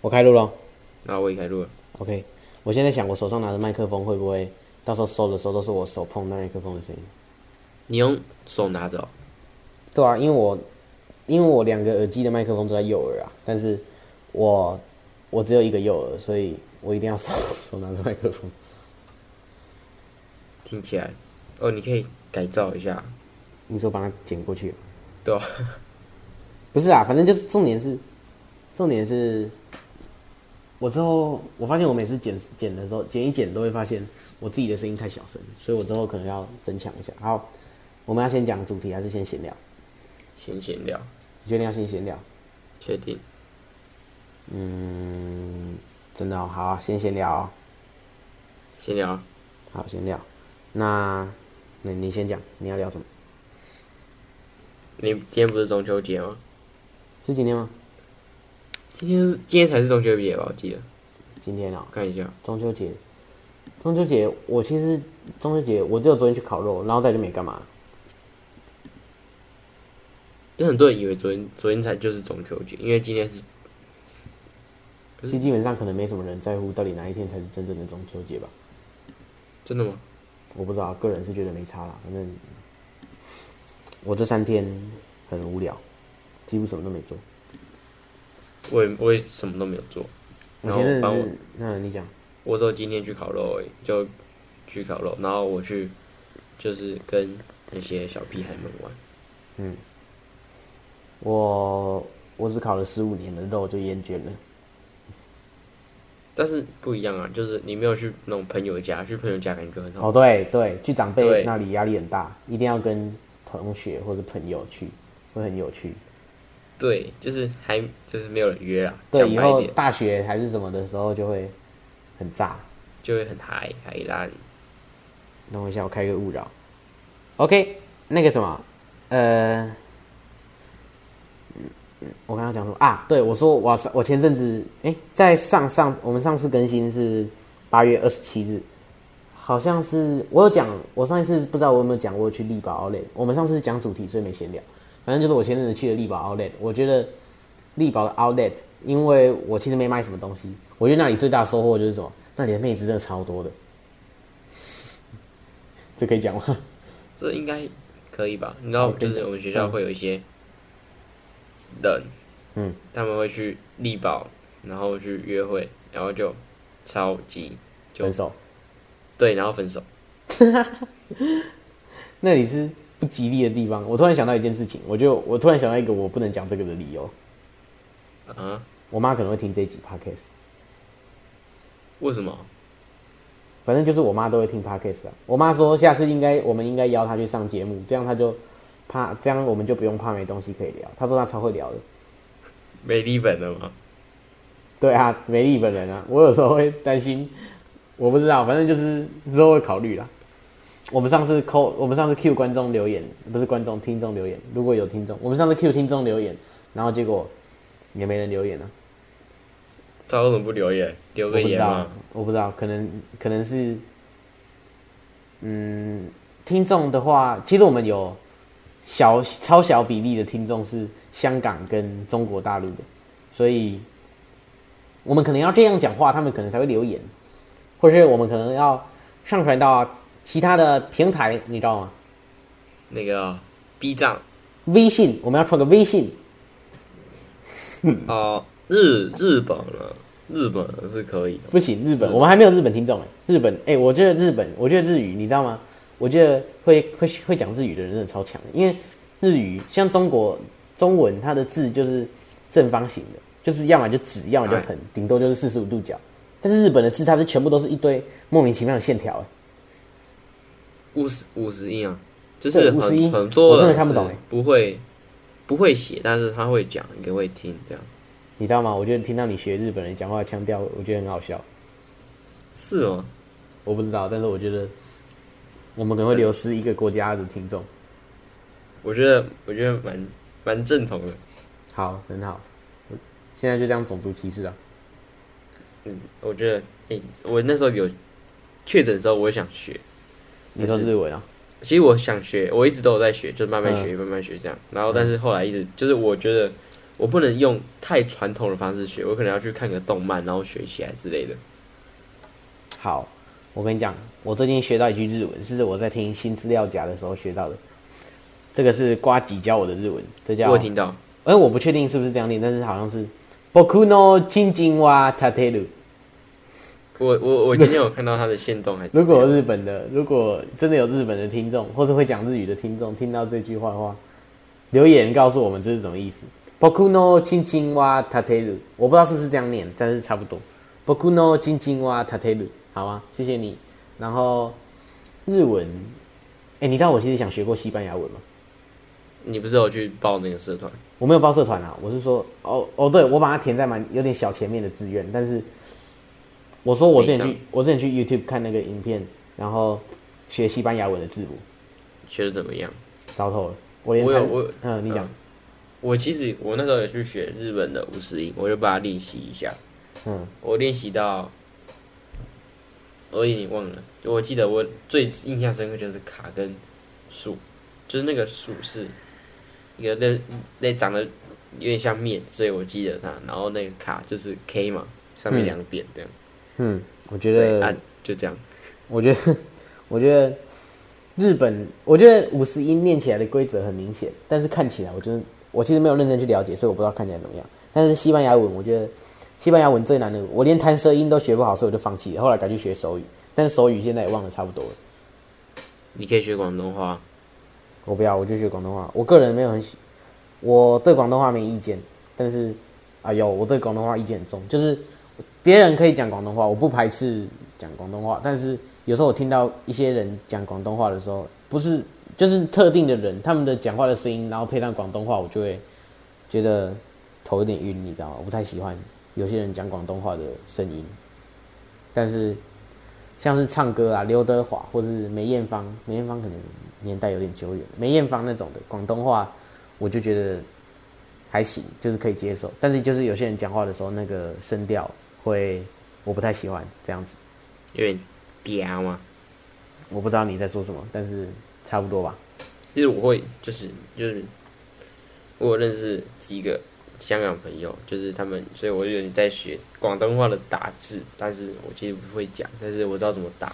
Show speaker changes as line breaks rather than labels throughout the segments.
我开录了
那我也开录了。
，OK。我现在想，我手上拿的麦克风会不会到时候收的时候都是我手碰那麦克风的声音？
你用手拿着、哦，
对啊，因为我因为我两个耳机的麦克风都在右耳啊，但是我我只有一个右耳，所以我一定要 手手拿着麦克风。
听起来，哦，你可以改造一下，
你说把它剪过去？
对吧、
不是啊，反正就是重点是重点是，我之后我发现我每次剪剪的时候剪一剪都会发现我自己的声音太小声，所以我之后可能要增强一下。好，我们要先讲主题还是先闲聊？
先闲聊，
你决定要先闲聊？
确定？
嗯，真的、哦、好啊，先闲聊哦、
闲聊啊，
好，先聊。那，那你先讲，你要聊什么？
你今天不是中秋节吗？
是今天吗？
今天是今天才是中秋节吧？我记得，
今天哦、
我看一下，
中秋节。中秋节，我其实中秋节我只有昨天去烤肉，然后再就没干嘛。
但很多人以为昨天昨天才就是中秋节，因为今天是
其实基本上可能没什么人在乎到底哪一天才是真正的中秋节吧。
真的吗？
我不知道，个人是觉得没差啦，反正我这三天很无聊，几乎什么都没做。
我也我也什么都没有做，
我
然后
前阵
帮我
子，那你讲，
我说今天去烤肉而已，就去烤肉，然后我去就是跟那些小屁孩们玩，
我我只烤了十五年的肉就厌倦了。
但是不一样啊，就是你没有去那种朋友家，去朋友家感觉很好
哦，对对，去长辈
对
那里压力很大，一定要跟同学或者朋友去，会很有趣。
对，就是还就是没有人约啊，
对，
讲
以
白一
后
点
大学还是什么的时候就会很炸。
就会很嗨嗨啦。
等我一下，我开个勿扰。OK，那个什么，呃，嗯嗯，我刚刚讲什么啊？对，我说我上我前阵子哎，在上上我们上次更新是八月二十七日，好像是我有讲，我上一次不知道我有没有讲，我有去力宝 Outlet。我们上次是讲主题，所以没闲聊。反正就是我前阵子去了力宝 Outlet，我觉得力宝的 Outlet，因为我其实没买什么东西，我觉得那里最大的收获就是什么？那里的妹子真的超多的，这可以讲吗？
这应该可以吧？你知道，
我跟
就
你
是我们学校会有一些人，
嗯，
他们会去力宝，然后去约会，然后就超级就
分手。
对，然后分手。
那里是不吉利的地方。我突然想到一件事情，我就我突然想到一个我不能讲这个的理由。
啊？
我妈可能会听这一集 podcast，
为什么？
反正就是我妈都会听 podcast 啊。我妈说下次应该我们应该邀她去上节目，这样她就怕，这样我们就不用怕没东西可以聊。她说她超会聊的。
没力本了吗？
对啊，美丽本人啊，我有时候会担心，我不知道，反正就是之后会考虑啦。我们上次扣，我们上次 Q 观众留言，不是观众，听众留言。如果有听众，我们上次 Q 听众留言，然后结果也没人留言啊。
他为什么不留言？留
我
个
不知
言
道
嘛？，
我不知道，可能可能是，嗯，听众的话，其实我们有小超小比例的听众是香港跟中国大陆的，所以我们可能要这样讲话，他们可能才会留言，或是我们可能要上传到其他的平台，你知道吗？
那个啊 B 站
微信，我们要创个微信，
哦，日日本了，日本了是可以的。
不行，日本，我们还没有日本听众哎。日本，哎、我觉得日本，我觉得日语，你知道吗？我觉得会会会讲日语的人真的超强的，因为日语像中国中文，它的字就是正方形的，就是要么就直，要么就横，顶多就是四十五度角。但是日本的字，它是全部都是一堆莫名其妙的线条，哎
五十五十音啊，就
对
是
五十音
很很多
我真
人
的看不懂
是
欸
不会不会写，但是他会讲，也会听这样。
你知道吗？我觉得听到你学日本人讲话的腔调，我觉得很好笑。
是哦，
我不知道，但是我觉得我们可能会流失一个国家的听众。
我觉得我觉得蛮蛮正统的。
好，很好，现在就这样种族歧视啊。
嗯，我觉得，诶、我那时候有确诊的时候，我也想学。
你说日文啊？
其实我想学，我一直都有在学，就慢慢
嗯
学，慢慢学这样。然后，但是后来一直就是我觉得我不能用太传统的方式学，我可能要去看个动漫，然后学起来之类的。
好，我跟你讲，我最近学到一句日文，是我在听新资料夹的时候学到的。这个是瓜吉教我的日文，这叫
我有听到，
哎，我不确定是不是这样念，但是好像是 “boku no chin jin wa tateru”。
我我我今天有看到他的线动，还是
如果
怎样
日本的，如果真的有日本的听众，或是会讲日语的听众，听到这句话的话，留言告诉我们这是什么意思。boku no chin chin wa tateru，我不知道是不是这样念，但是差不多。boku no chin chin wa tateru，好啊，谢谢你。然后日文，哎、你知道我其实想学过西班牙文吗？
你不是有去报那个社团？
我没有报社团啊，我是说，哦哦，对，我把它填在蛮有点小前面的志愿，但是我说我之前
没
去
上，
我之前去 YouTube 看那个影片，然后学西班牙文的字母，
学的怎么样？
糟透了，我连
我有
看
我
嗯，你讲，
我其实我那时候也去学日本的五十音，我就把它练习一下。
嗯，
我练习到，我有点忘了。就我记得我最印象深刻就是卡跟树，就是那个树是一个那那长得有点像面，所以我记得它。然后那个卡就是 K 嘛，上
嗯
面两个点这样。
嗯，我觉
对，啊
得，，
就这样。
我觉得， 我觉得日本，我觉得五十音念起来的规则很明显，但是看起来我就是我其实没有认真去了解，所以我不知道看起来怎么样。但是西班牙文，我觉得西班牙文最难的，我连弹舌音都学不好，所以我就放弃了。后来改去学手语，但是手语现在也忘得差不多了。
你可以学广东话，
我不要，我就学广东话。我个人没有很喜，我对广东话没意见，但是啊有我对广东话意见很重，就是别人可以讲广东话，我不排斥讲广东话，但是有时候我听到一些人讲广东话的时候，不是就是特定的人，他们的讲话的声音，然后配上广东话，我就会觉得头有点晕，你知道吗？我不太喜欢有些人讲广东话的声音，但是像是唱歌啊，刘德华或是梅艳芳，梅艳芳可能年代有点久远，梅艳芳那种的广东话，我就觉得还行，就是可以接受。但是就是有些人讲话的时候，那个声调会我不太喜欢这样子。
有点嗲啊嘛。
我不知道你在说什么，但是差不多吧。
就是我会，就是就是，我有认识几个香港朋友，就是他们，所以我有点在学广东话的打字，但是我其实不会讲，但是我知道怎么打。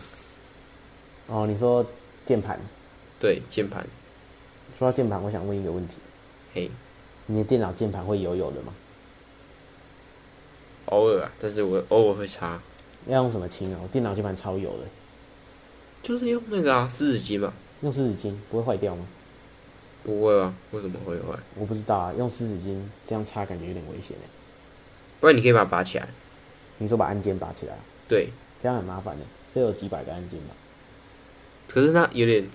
哦，你说键盘，
对，键盘，
说到键盘，我想问一个问题：
嘿，
你的电脑键盘会游泳的吗？
偶尔啊，但是我偶尔会擦，
要用什么清啊？我电脑键盘超油的，
就是用那个啊，湿纸巾嘛，
用湿纸巾不会坏掉吗？
不会啊，为什么会坏？
我不知道啊，用湿纸巾这样擦感觉有点危险欸
不然你可以把它拔起来，
你说把按键拔起来啊，
对，
这样很麻烦的，这有几百个按键吧？
可是它有点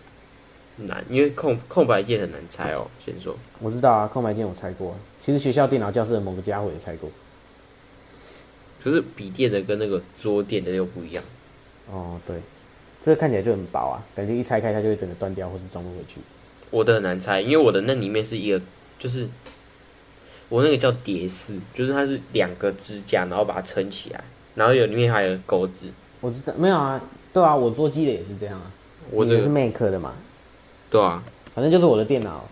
难，因为空空白键很难拆哦，先说。
我知道啊，空白键我拆过啊，其实学校电脑教室的某个家伙也拆过。
可是笔电的跟那个桌垫的又不一样，
哦，对，这个看起来就很薄啊，感觉一拆开它就会整个断掉或是装不回去。
我的很难猜，因为我的那里面是一个，就是我那个叫蝶式，就是它是两个支架，然后把它撑起来，然后有里面还有钩子。
我知道没有啊，对啊，我做机的也是这样啊，
我
你
这
也是
个
Mac 的嘛，
对啊，
反正就是我的电脑，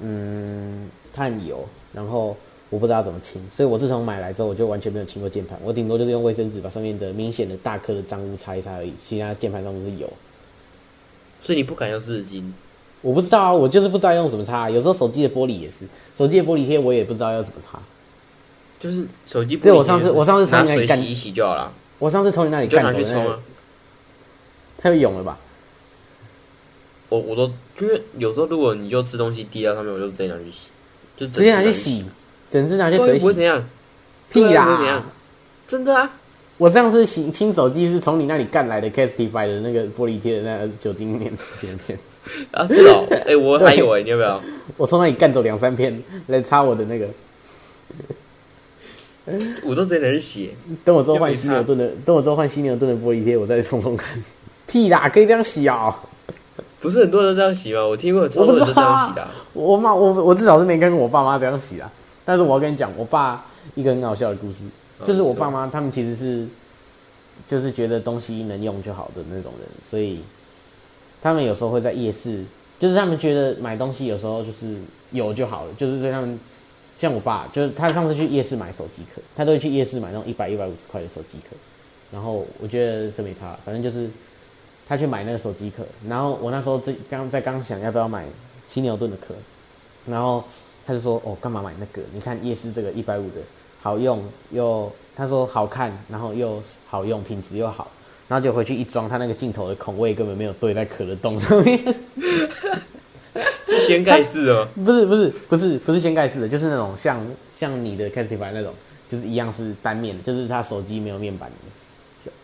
嗯，它很油，然后我不知道怎么清，所以我自从买来之后，我就完全没有清过键盘，我顶多就是用卫生纸把上面的明显的大颗的脏污擦一擦而已，其他键盘上都是油。
所以你不敢用湿纸巾，
我不知道啊，我就是不知道用什么擦、有时候手机的玻璃也是，手机的玻璃贴我也不知道要怎么擦。
就是手机不
这
能。
我上次我上次
拿
常
水
干
洗一洗就好了，
我上次从你那里
你就
干
拿
走
去
的那
冲
个
啊，。
太勇了吧？
我我都因为有时候如果你就吃东西滴到上面，我就直接拿去洗，就
直接拿去，洗，整只拿去
对
水
不会怎
洗，
样，
屁
对啊不会怎
啦
样！，真的啊，
我上次洗清手机是从你那里干来的 Castify 的那个玻璃贴的那个酒精棉棉片，
啊是哦，哎我还有哎，你要不要？
我从那里干走两三片来擦我的那个。
我都直接拿去洗，
等我之后换犀牛顿的，等我之后换犀牛顿的玻璃贴，我再冲冲看。屁啦，可以这样洗啊、
不是很多人都这样洗吗？我听过超
我
多
不
人
知
都这
道
样
啊
洗的啊。
我妈我我至少是没跟我爸妈这样洗啊。但是我要跟你讲，我爸一个很好笑的故事，就是我爸妈他们其实是就是觉得东西能用就好的那种人，所以他们有时候会在夜市，就是他们觉得买东西有时候就是有就好了，就是对他们像我爸，就是他上次去夜市买手机壳，他都会去夜市买那种一百一百五十块的手机壳。然后我觉得这没差，反正就是他去买那个手机壳。然后我那时候最刚在刚想要不要买犀牛盾的壳，然后他就说：“哦，干嘛买那个？你看夜市这个一百五的，好用又他说好看，然后又好用，品质又好。”然后就回去一装，他那个镜头的孔位根本没有对在壳的洞上面。
是掀盖式哦，
不是不是不是不是掀盖式的，就是那种像像你的 Castify 那种，就是一样是单面的，就是它手机没有面板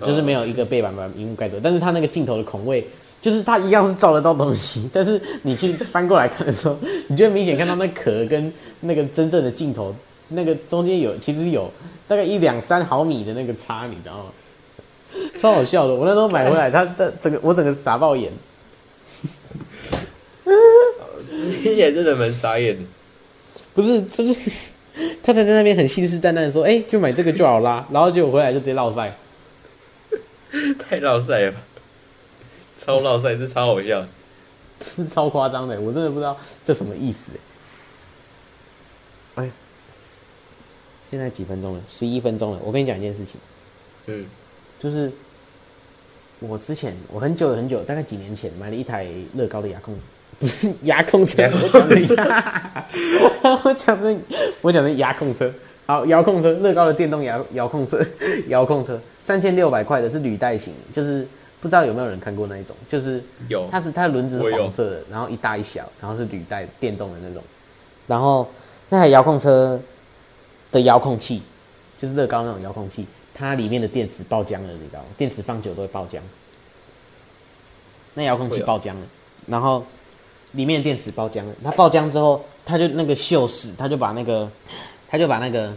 的， 就是没
哦
有一个背板把屏幕盖住，但是它那个镜头的孔位，就是它一样是照得到东西，但是你去翻过来看的时候，你就会明显看到那壳跟那个真正的镜头那个中间有其实有大概一两三毫米的那个差，你知道吗？ 超好笑的，我那时候买回来，它它整个我整个傻爆眼。
你也真的蛮傻眼的。
不是，就是 他才在那边很信誓旦旦的说，哎、就买这个就好啦，然后结果回来就直接落塞。
太绕赛了吧，超绕赛，这超好笑的。
是 超夸张的，我真的不知道这什么意思。哎，现在几分钟了？十一分钟了。我跟你讲一件事情，
嗯，
就是我之前我很久很久，大概几年前买了一台乐高的牙控， 不是牙控车，我讲的牙， 我讲的我讲的牙控车，好遥控车，乐高的电动遥遥控车， 遥控车三千六百块的是履带型，就是不知道有没有人看过那一种，就是
有
它是它的轮子是
我有
黄色的，然后一大一小，然后是履带电动的那种，然后那台遥控车的遥控器，就是乐高那种遥控器，它里面的电池爆浆了，你知道吗？电池放久都会爆浆，那遥控器
会啊
爆浆了，然后里面的电池爆浆了，它爆浆之后，它就那个锈蚀，它就把那个，它就把那个。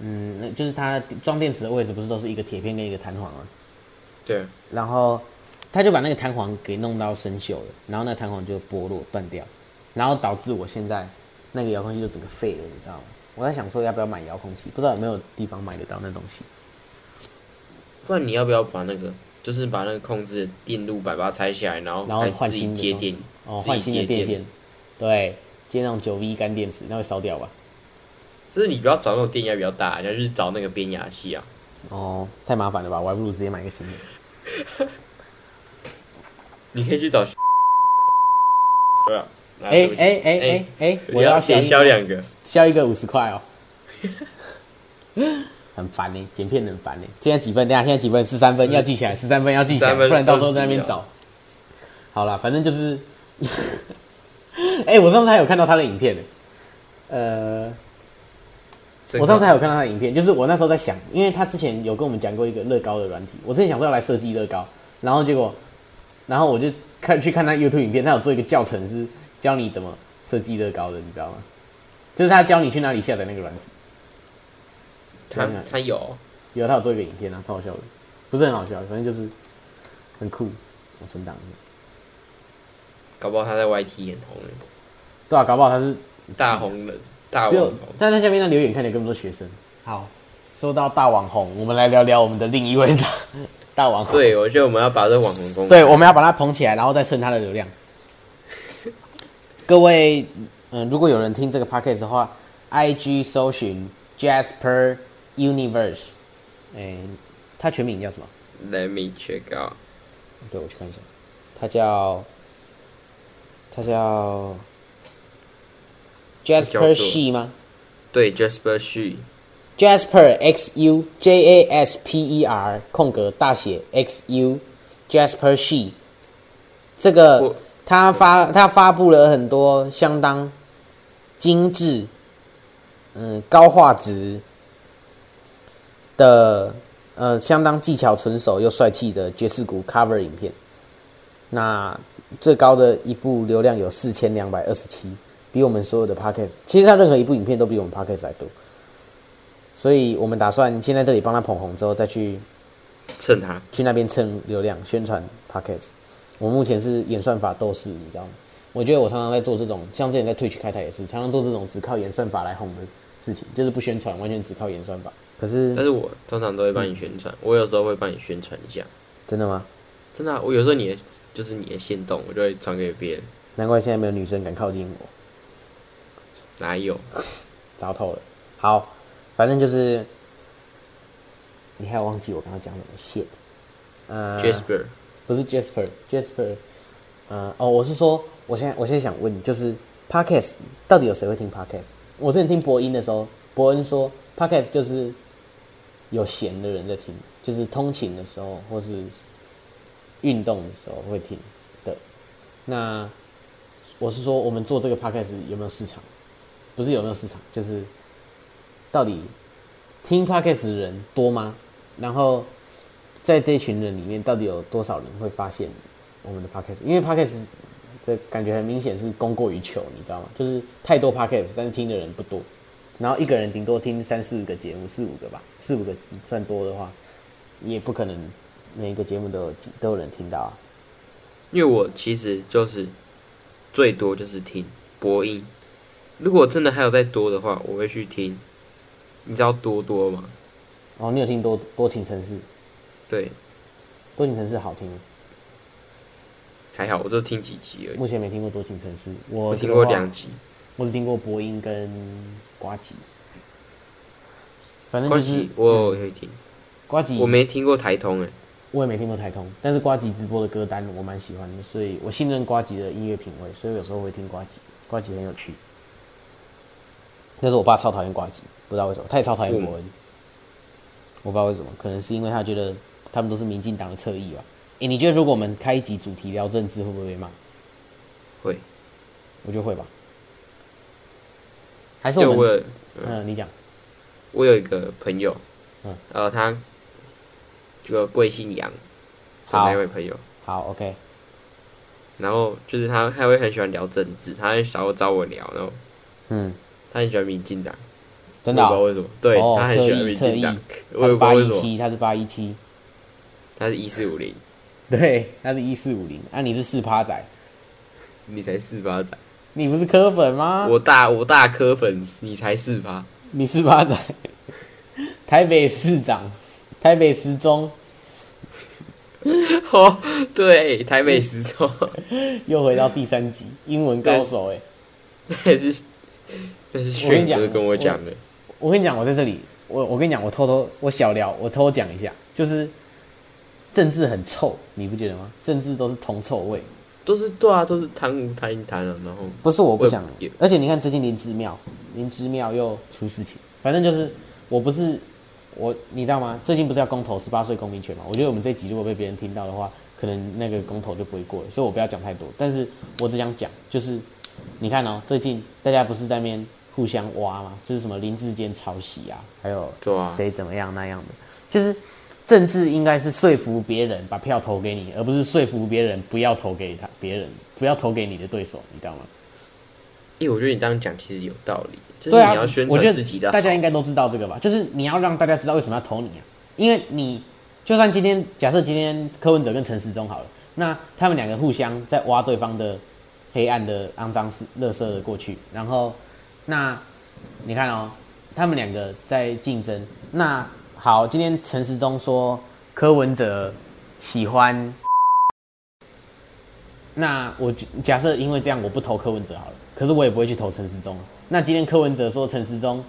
嗯，那就是它装电池的位置不是都是一个铁片跟一个弹簧吗？
对，
然后他就把那个弹簧给弄到生锈了，然后那个弹簧就剥落断掉，然后导致我现在那个遥控器就整个废了，你知道吗？我在想说要不要买遥控器，不知道有没有地方买得到那东西。
不然你要不要把那个，就是把那个控制的电路板把它拆下来，然后
然后
开始
换
自
新
己
的
接
吗
电，
哦，
自己
换新的
接
电
电
线，对，接那种九 V 干电池，那会烧掉吧？
就是你不要找那种电压比较大，你要去找那个变压器啊。
哦，太麻烦了吧，我还不如直接买个新的。
你可以去找。 对啊。啊
哎
对不起
哎哎哎哎，我
要
要
先
消
消
一个
两个，
消一个五十块哦， 很烦呢、剪片很烦呢、现在几分？等一下现在几分？十三分，要记起来，十三分要记起来，
13分
不然到时候在那边
20
找。好啦，反正就是， 哎、我上次还有看到他的影片呢、呃，我上次还有看到他的影片，就是我那时候在想，因为他之前有跟我们讲过一个乐高的软体，我之前想说要来设计乐高，然后结果，然后我就看去看他 YouTube 影片，他有做一个教程是教你怎么设计乐高的，你知道吗？就是他教你去哪里下载那个软体，
他他有，
有他有做一个影片啊，超好笑的，不是很好笑，反正就是很酷，我存档一下，
搞不好他在 YT 很红欸
对啊，搞不好他是
大红人，大
只
网
有
红。
但在下面那留言看起来根本都是学生。好，说到大网红，我们来聊聊我们的另一位大大网红。
对，我觉得我们要把这网红公司
对，我们要把它捧起来，然后再蹭它的流量。各位，嗯，如果有人听这个 podcast 的话，IG 搜寻 Jasper Universe，哎、他全名叫什么？
Let me check out。
对，我去看一下，他叫他叫
叫
Jasper
做
She 吗
对，Jasper She，
？Jasper X U J A S P E R 空格大写 X U Jasper She 这个
我
他发他发布了很多相当精致、嗯高画质的呃相当技巧纯熟又帅气的爵士鼓 cover 影片。那最高的一部流量有四千两百二十七，比我们所有的 podcast，其实它任何一部影片都比我们 podcast 还多。所以我们打算先在这里帮他捧红，之后再去
蹭他，
去那边蹭流量、宣传 podcast。我目前是演算法斗士，你知道吗？我觉得我常常在做这种，像之前在退去开台也是，常常做这种只靠演算法来红的事情，就是不宣传，完全只靠演算法。可
但
是
是我通常都会帮你宣传，我有时候会帮你宣传一下，
真的吗？
真的啊、我有时候你的就是你的线动，我就会传给别人。
难怪现在没有女生敢靠近我。
哪有？
糟透了。好，反正就是，你还有忘记我刚刚讲什么 shit？呃
Jasper，
不是 Jasper，Jasper，呃，哦，我是说，我现在我现在想问你，就是 podcast 到底有谁会听 podcast？我之前听博音的时候，博恩说 podcast 就是有闲的人在听，就是通勤的时候或是运动的时候会听的。那我是说，我们做这个 podcast 有没有市场？不是有没有市场，就是到底听 podcast 的人多吗？然后在这一群人里面，到底有多少人会发现我们的 podcast？因为 podcast 这感觉很明显是供过于求，你知道吗？就是太多 podcast，但是听的人不多，然后一个人顶多听三四个节目，四五个吧，四五个算多的话，也不可能每一个节目都有都有人听到啊。
因为我其实就是最多就是听播音，如果真的还有再多的话，我会去听。你知道多多吗？
哦，你有听多多情城市？
对，
多情城市好听吗，
还好，我就听几集而已，
目前没听过多情城市，我
我
的
听过
话
两集。
我只听过播音跟瓜吉，反正就
关
是嗯
系我会听，
瓜吉，
我没听过台通诶、
我也没听过台通，但是瓜吉直播的歌单我蛮喜欢的，所以我信任瓜吉的音乐品味，所以有时候会听瓜吉，瓜吉很有趣。但是我爸超讨厌瓜吉，不知道为什么，他也超讨厌伯
嗯
恩，我不知道为什么，可能是因为他觉得他们都是民进党的侧翼吧。诶、你觉得如果我们开一集主题聊政治，会不会被骂？
会。
我觉得会吧。还是
就
我
我
们，
有
嗯、你讲，
我有一个朋友，
嗯
呃，他这个贵姓杨，就
好
那位朋友，
好，OK，
然后就是他他会很喜欢聊政治，他很想要找我聊，然后
嗯，
他很喜欢民进党，
真的啊、
我也不知道为什么，对、
哦
他很喜欢
侧翼
民进党，我
他是
也不知道
八
为
一
什么，
七，他是八一七，
他是一四五零，
对，他是一四五零。啊，你是四趴仔，
你才四八仔，
你不是科粉吗？
我大我大科粉，你才四八，
你四趴仔， 台北市长，台北时钟
哦，对，台北时钟，
又回到第三集，英文高手哎、
那是那是
我跟
炫
你讲
哥跟我讲的，
我跟你讲，我在这里，我我跟你讲，我偷偷我小聊，我偷讲一下，就是政治很臭，你不觉得吗？政治都是铜臭味。
都是对啊，都是贪污贪一贪啊，然后
不是我不想
我呃也，
而且你看最近林芝庙，林芝庙又出事情，反正就是我不是我，你知道吗？最近不是要公投十八岁公民权嘛？我觉得我们这集如果被别人听到的话，可能那个公投就不会过了，所以我不要讲太多，但是我只想讲，就是你看哦，最近大家不是在那边互相挖吗？就是什么林志坚抄袭啊，还有
对啊
谁怎么样那样的，就是政治应该是说服别人把票投给你，而不是说服别人不要投给他别人，不要投给你的对手，你知道吗？
因为我觉得你这样讲其实有道理，就是
对
你
啊，
要宣
我觉
传
得
自己的好，
大家应该都知道这个吧？就是你要让大家知道为什么要投你啊，因为你就算今天假设今天柯文哲跟陈时中好了，那他们两个互相在挖对方的黑暗的肮脏事、垃圾的过去，然后那你看哦，他们两个在竞争。那好，今天陈时中说柯文哲喜欢，那我就假设因为这样我不投柯文哲好了，可是我也不会去投陈时中。那今天柯文哲说陈时中，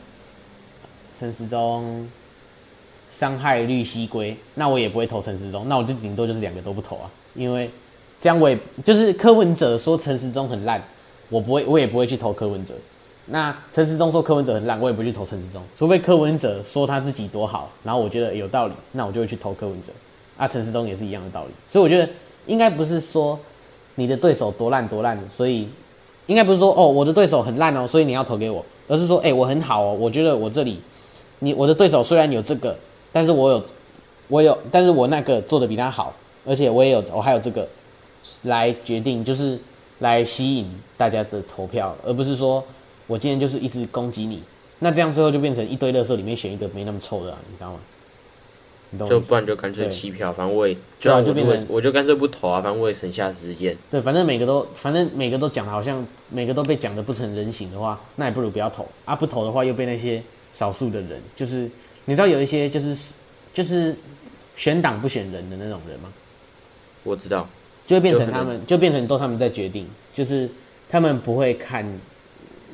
陈时中伤害绿西龟，那我也不会投陈时中，那我就顶多就是两个都不投啊，因为这样我也就是柯文哲说陈时中很烂，我不会我也不会去投柯文哲。那陈时中说柯文哲很烂，我也不会去投陈时中，除非柯文哲说他自己多好，然后我觉得有道理，那我就会去投柯文哲。啊，陈时中也是一样的道理，所以我觉得应该不是说你的对手多烂多烂，所以应该不是说哦我的对手很烂哦，所以你要投给我，而是说哎、我很好哦，我觉得我这里你我的对手虽然有这个，但是我有我有，但是我那个做的比他好，而且我也有我还有这个来决定，就是来吸引大家的投票，而不是说我今天就是一直攻击你，那这样最后就变成一堆垃圾里面选一个没那么臭的、啊，你知道吗？你懂我
就
意思吗
不然就干脆
对
弃票，反正我也
对啊
让我
就变成
我我就干脆不投啊，反正我也省下时间。
对，反正每个都，反正每个都讲的好像每个都被讲的不成人形的话，那也不如不要投啊！不投的话，又被那些少数的人，就是你知道有一些就是就是选党不选人的那种人吗？
我知道，
就会变成
就可
他
能
们，就变成都他们在决定，就是他们不会看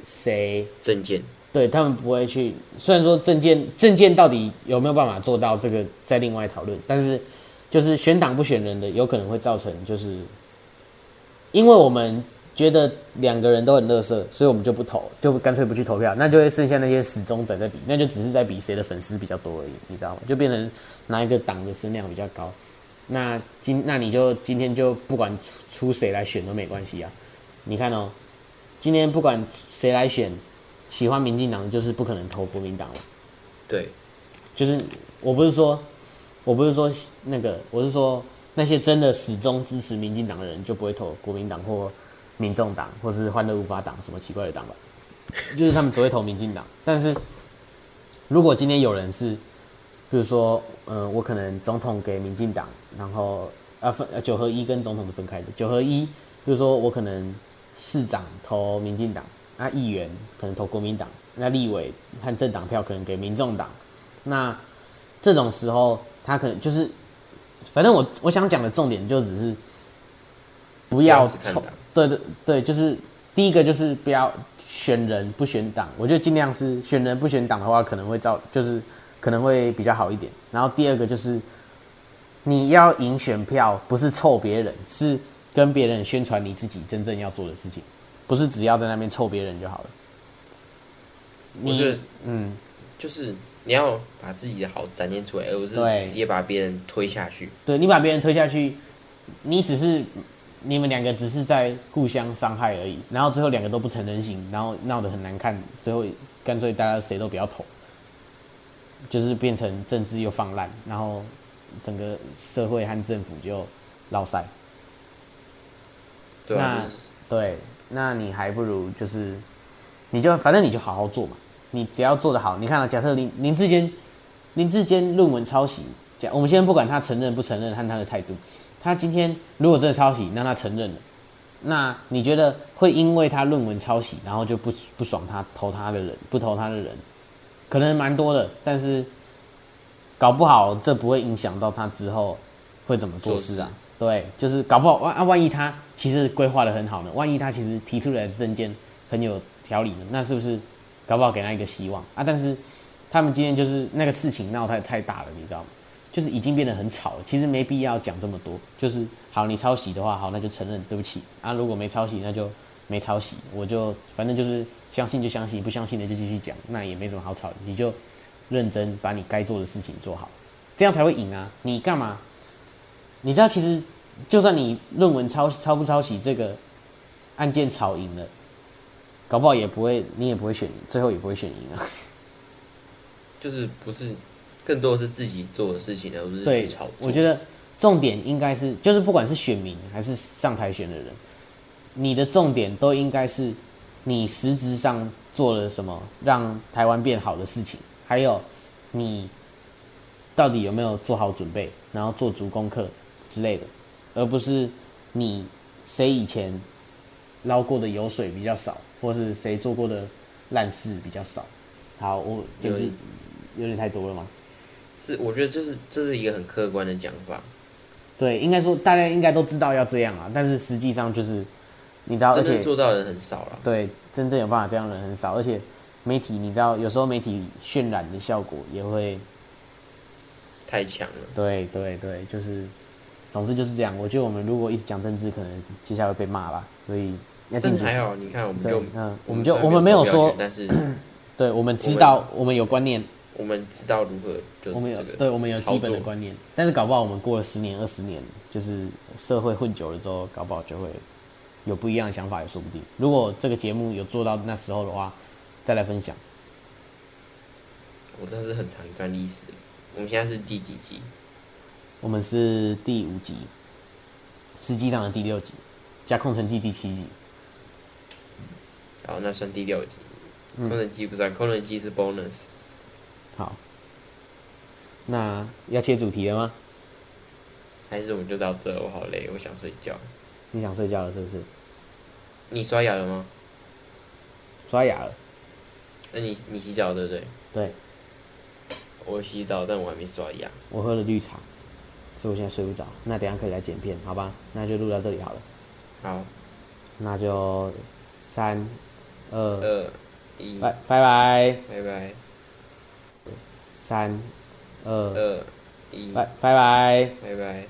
谁
证件，
对他们不会去。虽然说证件证件到底有没有办法做到这个，再另外讨论。但是就是选党不选人的，有可能会造成就是，因为我们觉得两个人都很乐色，所以我们就不投，就干脆不去投票，那就会剩下那些死忠者在比，那就只是在比谁的粉丝比较多而已，你知道吗？就变成哪一个党的声量比较高。那今那你就今天就不管出出谁来选都没关系啊。你看哦，今天不管谁来选，喜欢民进党的就是不可能投国民党了。
对，
就是我不是说，我不是说那个，我是说那些真的始终支持民进党的人就不会投国民党或民众党或是欢乐无法党什么奇怪的党吧，就是他们只会投民进党。但是如果今天有人是，比如说，呃，我可能总统给民进党，然后啊分呃九合一跟总统是分开的，九合一，比如说我可能市长投民进党，那议员可能投国民党，那立委和政党票可能给民众党。那这种时候，他可能就是，反正我我想讲的重点就只是不要
不要只看
冲
党，
对对对，就是第一个就是不要选人不选党，我觉得尽量是选人不选党的话，可能会造就是可能会比较好一点。然后第二个就是你要赢选票，不是凑别人，是跟别人宣传你自己真正要做的事情，不是只要在那边凑别人就好了。
我
你
觉得
嗯，
就是你要把自己的好展现出来，而不是
对
直接把别人推下去。
对你把别人推下去，你只是你们两个只是在互相伤害而已，然后最后两个都不成人形，然后闹得很难看，最后干脆大家谁都不要投，就是变成政治又放烂，然后整个社会和政府就落塞。
对啊，就是
对，那你还不如就是，你就反正你就好好做嘛，你只要做得好，你看啊，假设林林志坚，林志坚论文抄袭，假我们先不管他承认不承认和他的态度，他今天如果真的抄袭，那他承认了，那你觉得会因为他论文抄袭，然后就不不爽他投他的人不投他的人，可能蛮多的，但是搞不好这不会影响到他之后会怎么做事
做
啊
事？
对，就是搞不好万啊，万一他其实规划的很好呢，万一他其实提出来的证件很有条理呢，那是不是搞不好给他一个希望啊？但是他们今天就是那个事情闹太太大了，你知道吗？就是已经变得很吵了，其实没必要讲这么多。就是好，你抄袭的话，好，那就承认，对不起啊。如果没抄袭，那就没抄袭，我就反正就是相信就相信，不相信的就继续讲，那也没什么好吵的，你就认真把你该做的事情做好，这样才会赢啊！你干嘛？你知道，其实就算你论文抄抄不抄袭这个案件吵赢了，搞不好也不会，你也不会选，最后也不会选赢啊。
就是不是更多的是自己做的事情，而不是
对
去炒作。，
我觉得重点应该是，就是不管是选民还是上台选的人，你的重点都应该是你实质上做了什么让台湾变好的事情，还有你到底有没有做好准备，然后做足功课之类的，而不是你谁以前捞过的油水比较少，或是谁做过的烂事比较少。好，我简直
有
有点太多了吗？
是我觉得这是这是一个很客观的讲法，
对，应该说大家应该都知道要这样啊，但是实际上就是，你知道，而
真
且
正做到的人很少了。
对真正有办法这样的人很少，而且媒体你知道，有时候媒体渲染的效果也会，
太强了，
对对对，就是，总之就是这样。我觉得我们如果一直讲政治，可能接下来会被骂吧，所以要
但
进
是
主
还
题。
好，你看我们
对
就
嗯我们就
虽然
我们没有
投票
说
权但是
对，我们知
们
道我们有观念，
我们知道如何就
我们
是
有
这个
对我们有基本的
操作
观念，但是搞不好我们过了十年二十年，就是社会混久了之后，搞不好就会有不一样的想法也说不定。如果这个节目有做到那时候的话，再来分享。
我真的是很长一段历史。我们现在是第几集？
我们是第五集，实际上的第六集，加空城计第七集。
然后那算第六集。
嗯
空人机不算，空人机是 bonus。
好，那要切主题了吗？
还是我们就到这，我好累，我想睡觉。
你想睡觉了是不是？
你刷牙了吗？
刷牙了，
那你你洗澡对不对？
对
我洗澡，但我还没刷牙。
我喝了绿茶，所以我现在睡不着。那等一下可以来剪片，好吧？那就录到这里好了。
好，
那就三二
二一，
拜拜拜，
拜拜，
三二
二一，
拜拜拜。
拜拜。